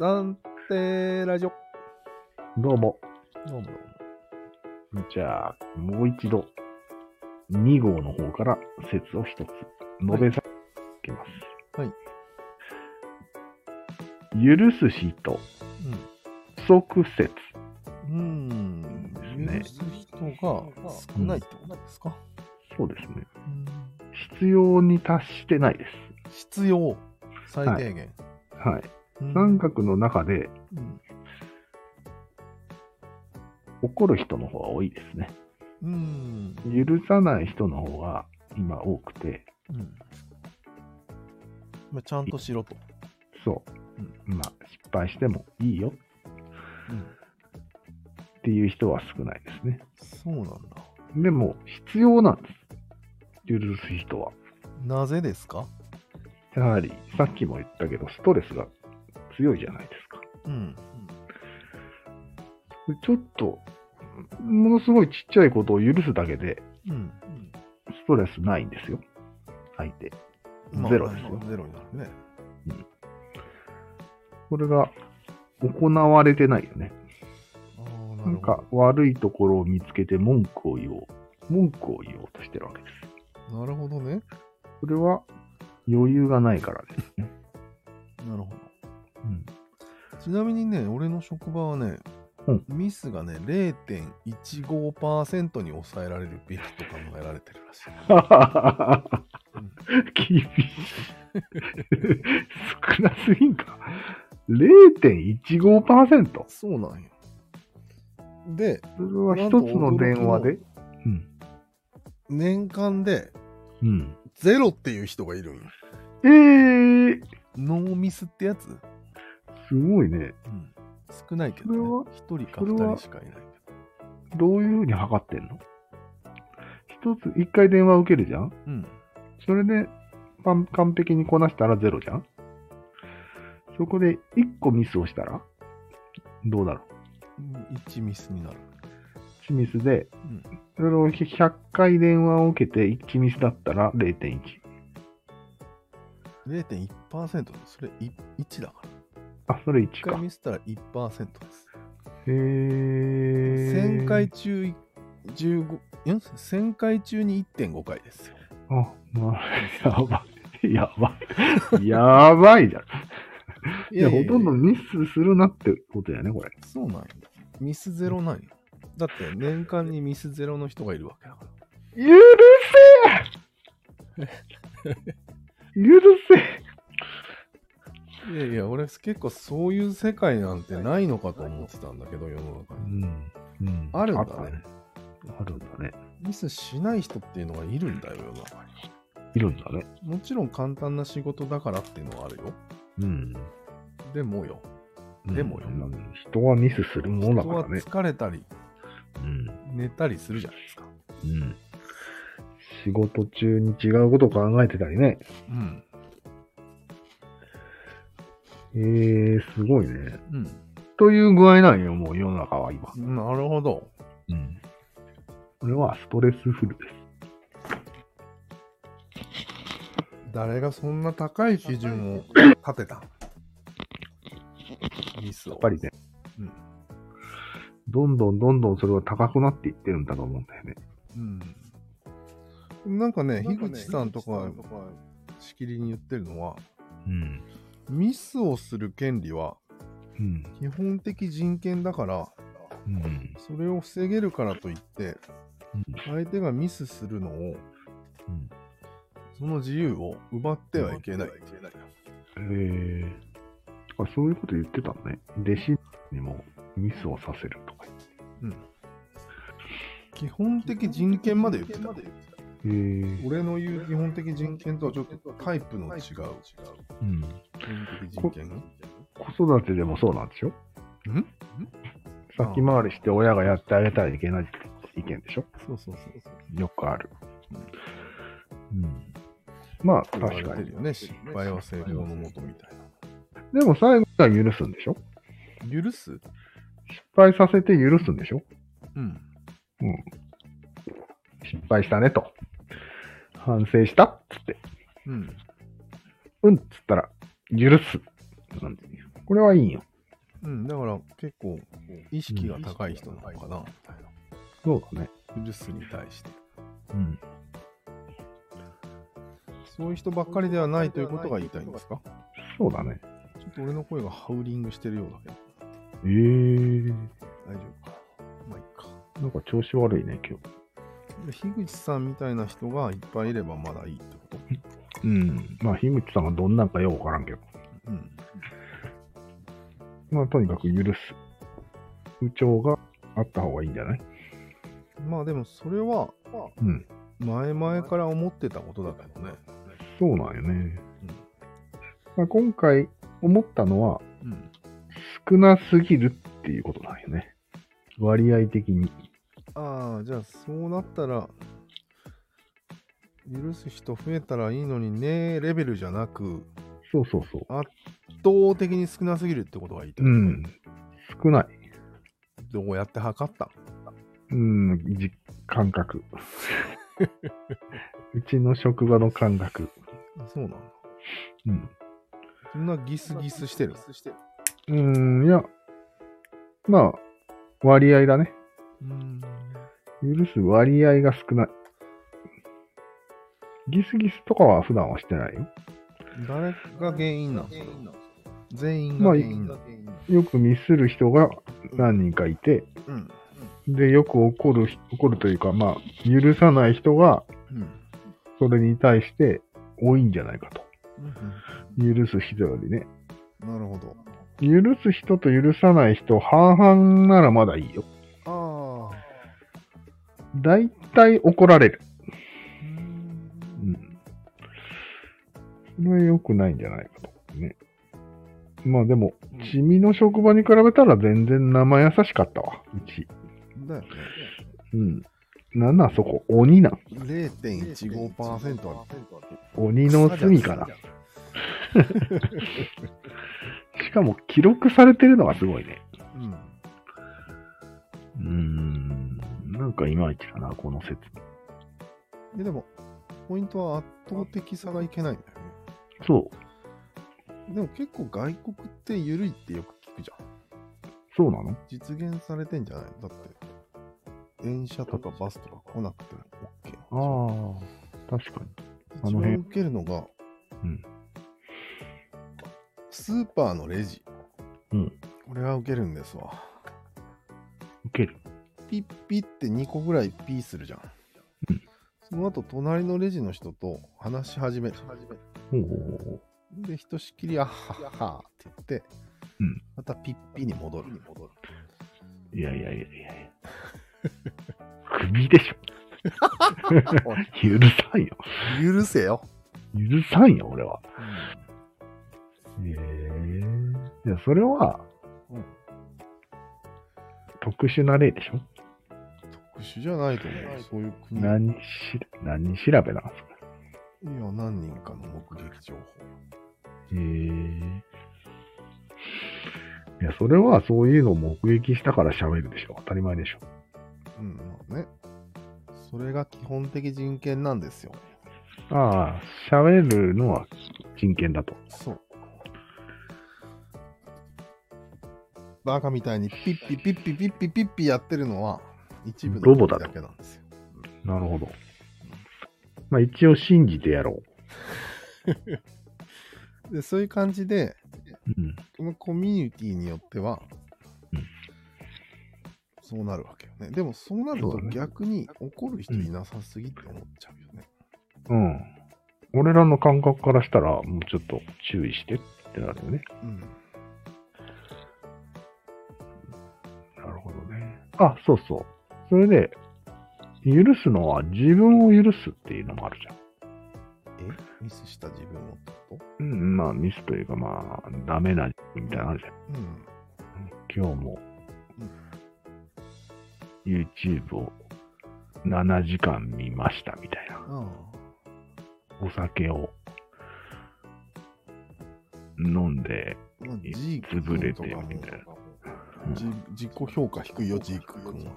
暫定ラジオ。どうも。どうもどうも。じゃあ、もう一度、2号の方から説を一つ述べさせていきます。はい許す人、不足説。うん。うん。ね許す人が少ないってことですか、そうですね。うん必要に達してないです。必要。最低限。はい。うん三角の中でうん怒る人の方が多いですね。うん。許さない人の方が今多くて、うん。まあ、ちゃんとしろと。そう。まあ、失敗してもいいようん。っていう人は少ないですね。そうなんだ。でも、必要なんです。許す人は。なぜですかやはり、さっきも言ったけど、ストレスが強いじゃないですか。うん。ちょっと、ものすごいちっちゃいことを許すだけで、うん。ストレスないんですよ。相手。まあゼロですよ。ゼロになるね。これが行われてないよね。ああ、ななるんほか悪いところを見つけて文句を言おう。文句を言おうとしてるわけです。ど。なるほどね。これは余裕がないからです。なるほど。うん、ちなみにね、俺の職場はね、うんミスがね、0.15%に抑えられるべきと考えられてるらしい。 厳しい。少なすぎんか。0.15%? そうなんよ。で、それは一つの電話で。うん。年間でうん。ゼロっていう人がいるんよ。えー、ノーミスってやつ、うすごいね。ん、少ないけどそれはね。一人かそれ二は人しかいないけど。どういうふうに測ってんの一つ、一回電話受けるじゃんうん。それで、パン完璧にこなしたらゼロじゃんそこで一個ミスをしたらどうだろう1ミスになる。 1ミスで、うんそれを100回電話を受けて1ミスだったら0.1。 0.1%それい1だから。あ、それ1 1か回。ミスったら1%です。へー。 1000回中い15ん1000回中に1.5回ですよ。あ、まあ、やばい。やばい。やばいじゃん。いや、ほとんどミスするなってことやね、これ。そうなんよ。ミスゼロなんよ。だって年間にミスゼロの人がいるわけだから。許せ許せいやいや、俺結構そういう世界なんてないのかと思ってたんだけど、世の中うに。ん。うんあるんだねったあるんだね。ミスしない人っていうのがいるんだよ、世の中に。いるんだね。もちろん簡単な仕事だからっていうのはあるよ。うん。でもよ。うんでもようん人はミスするも人のだからはね。疲れたり、うん。寝たりするじゃないですか。うん。仕事中に違うことを考えてたりね。うん。えー、すごいね。うん。という具合なんよ、もう世の中は今。なるほど。うん。これはストレスフルです。誰がそんな高い基準を立てたミスを。やっぱりね。うんどんどんどんどんそれは高くなっていってるんだと思うんだよね。うん。なんかね、樋口さんとかしきりに言ってるのは、うん。ミスをする権利はうん。基本的人権だから、うん。それを防げるからといって、相手がミスするのを、うんその自由を奪ってはいけない。えー、あそういうこと言ってたのね。弟子にもミスをさせるとか。基本的人権まで言ってた。えー、俺の言う基本的人権とはちょっとタイプの違う。基本うん。的人権ね子育てでもそうなんでしょん先回りして親がやってあげたらいけない意見でしょそうそうそうそう。よくある。うん。まあ、確言わかれにて。るよね。失敗は成功のもとみたいでも最後には許すんでしょな。許す失敗させて許すんでしょうん。失敗したねと。反省したっつって。うん。うんっつったら、許す。なんていうこれはいいよ。うん、だから結構意識が高い人なのかな、みたいそうだね。な。ルスに対して。うん。そういう人ばっかりではないということが言いたいんですかそうだね。ちょっと俺の声がハウリングしてるようだけど、えー。大丈夫か。まあいいか。なんか調子悪いね、今で樋口さんみたいな人がいっぱいいればまだいいってこと日。うん。まあ、樋口さんがどんなんかようわからんけど。うん。まあ、とにかく許す。不調があった方がいいんじゃないまあでもそれは、うん。前々から思ってたことだけどね。そうなんよね。まあ、今回思ったのは、うん。少なすぎるっていうことなんよね。割合的に。ああ、じゃあそうなったら、許す人増えたらいいのにね、レベルじゃなく、そうそうそう。圧倒的に少なすぎるってことが言いたい。うん。少ない。どうやって測ったうん、じ感 覚。うちの職場の感覚。あそうなんだ。うん。そんなギスギスしてる。うん、いや、まあ、割合だね。うん。許す割合が少ない。ギスギスとかは普段はしてないよ。誰が原因なんですか全員がまあ原因なんよくミスる人が何人かいて、うん。で、よく怒る人、怒るというか、まあ、許さない人が、うん。それに対して多いんじゃないかと。うん許す人よりね。なるほど。許す人と許さない人、半々ならまだいいよ。ああ。大体怒られる。うん。それは良くないんじゃないかと。ね。まあでも、地味の職場に比べたら全然生優しかったわ。うち。だよね。うん。なんなんそこ、鬼なん。 0.15%は鬼の罪かな。しかも記録されてるのがすごいね。うん。うーん。なんかいまいちだな、この説。えでも、ポイントは圧倒的さがいけないんだよそう。ね。でも結構外国って緩いってよく聞くじゃん。そうなの実現されてんじゃないだって、電車とかバスとか来なくても OK。ああ、確かに。あ一の番辺受けるのが、うんスーパーのレジ。うんこれは受けるんですわ。受ける。ピッピって2個ぐらいピーするじゃん。うんその後、隣のレジの人と話し始める。ほうほうほうで、ひとしきり、あっはっはって言って、うんまたピッピに戻る。いやいやいやいやいや。首でしょ。おい許さんよ。許せよ。許さんよ、俺は。ええいや、それは、うん特殊な例でしょ。特殊じゃないと思う。そういう国。いや、何し、何調べなんですか。何人かの目撃情報。ええいや、それはそういうのを目撃したから喋るでしょ。当たり前でしょ。うん、まあね。それが基本的人権なんですよ。ああ、喋るのは人権だと。そう。バカみたいにピッピピッピピッピピッピやってるのは一部のロボだとだけなんですよ。なるほど。まあ一応信じてやろで、そういう感じで、う。うん。このコミュニティによってはうん、そうなるわけよね。でもそうなるとそうだね逆に怒る人いなさすぎって思っちゃうよね。うん。俺らの感覚からしたら、もうちょっと注意してってなるよね。うん。なるほどね。あ、そうそう。それで、許すのは自分を許すっていうのもあるじゃん。えミスした自分をってことうん、まあミスというかまあ、ダメなみたいなのあるじゃん。うん。今日も、YouTube を7時間見ましたみたいな。あお酒を飲んで、あ。まあ、いジーク潰君れてとかもみたいな。じ自己評価低いよ、ジーク君は。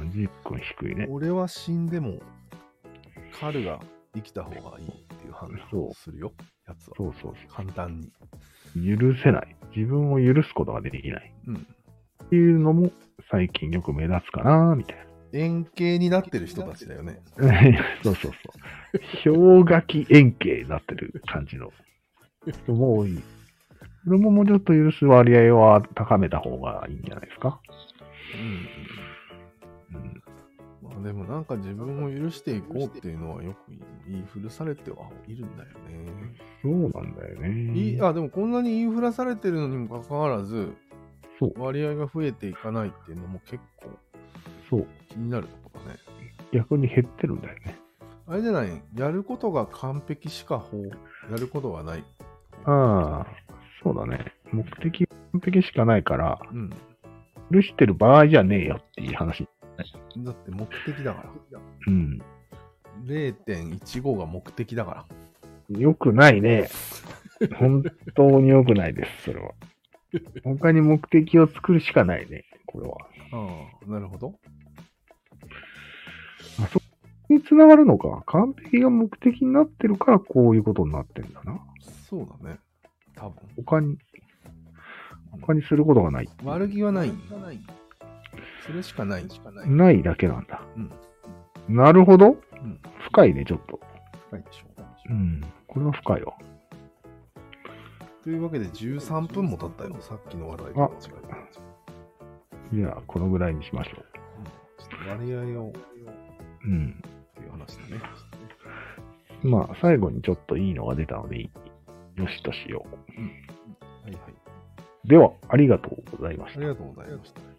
うん、ジーク君低いね。俺は死んでも、彼が生きた方がいいっていう判断そうをするよ、やつは。そうそうそう。簡単に。許せない。自分を許すことができないうん。っていうのも最近よく目立つかな、みたいな。円形になってる人たちだよね。 そうそうそう。氷河期円形になってる感じの人も多い。それももうちょっと許す割合は高めた方がいいんじゃないですか。うん、うん。まあでもなんか自分を許していこうっていうのはよく言い古されてはいるんだよね。そうなんだよね。いあ、でもこんなにインフラされてるのにもかかわらず、そう割合が増えていかないっていうのも結構そう。気になるとこだね。逆に減ってるんだよね。あれじゃない、やることが完璧しか法、やることがない。ああ、そうだね。目的完璧しかないから、うん。許してる場合じゃねえよっていう話。だって目的だから。うん。 0.15が目的だから。良くない ね。本当に良くないです、それは。他に目的を作るしかないね、これは。ああ、なるほど。に繋がるのか。完璧が目的になってるから、こういうことになってんだな。そうだね。多分。他に、他にすることがない。悪気はない。それしかない。しかない。ないだけなんだ。うんなるほど。うん。深いね、ちょっと。深いでしょう。うん。これは深いわ。というわけで13分も経ったよ。さっきの話題とあ違いますじゃあ、このぐらいにしましょうんちょっと割合をっう。うん。ていう話だね。まあ、最後にちょっといいのが出たので、よしとしよはいはい。う。では、ありがとうございましあたり。がとうございました。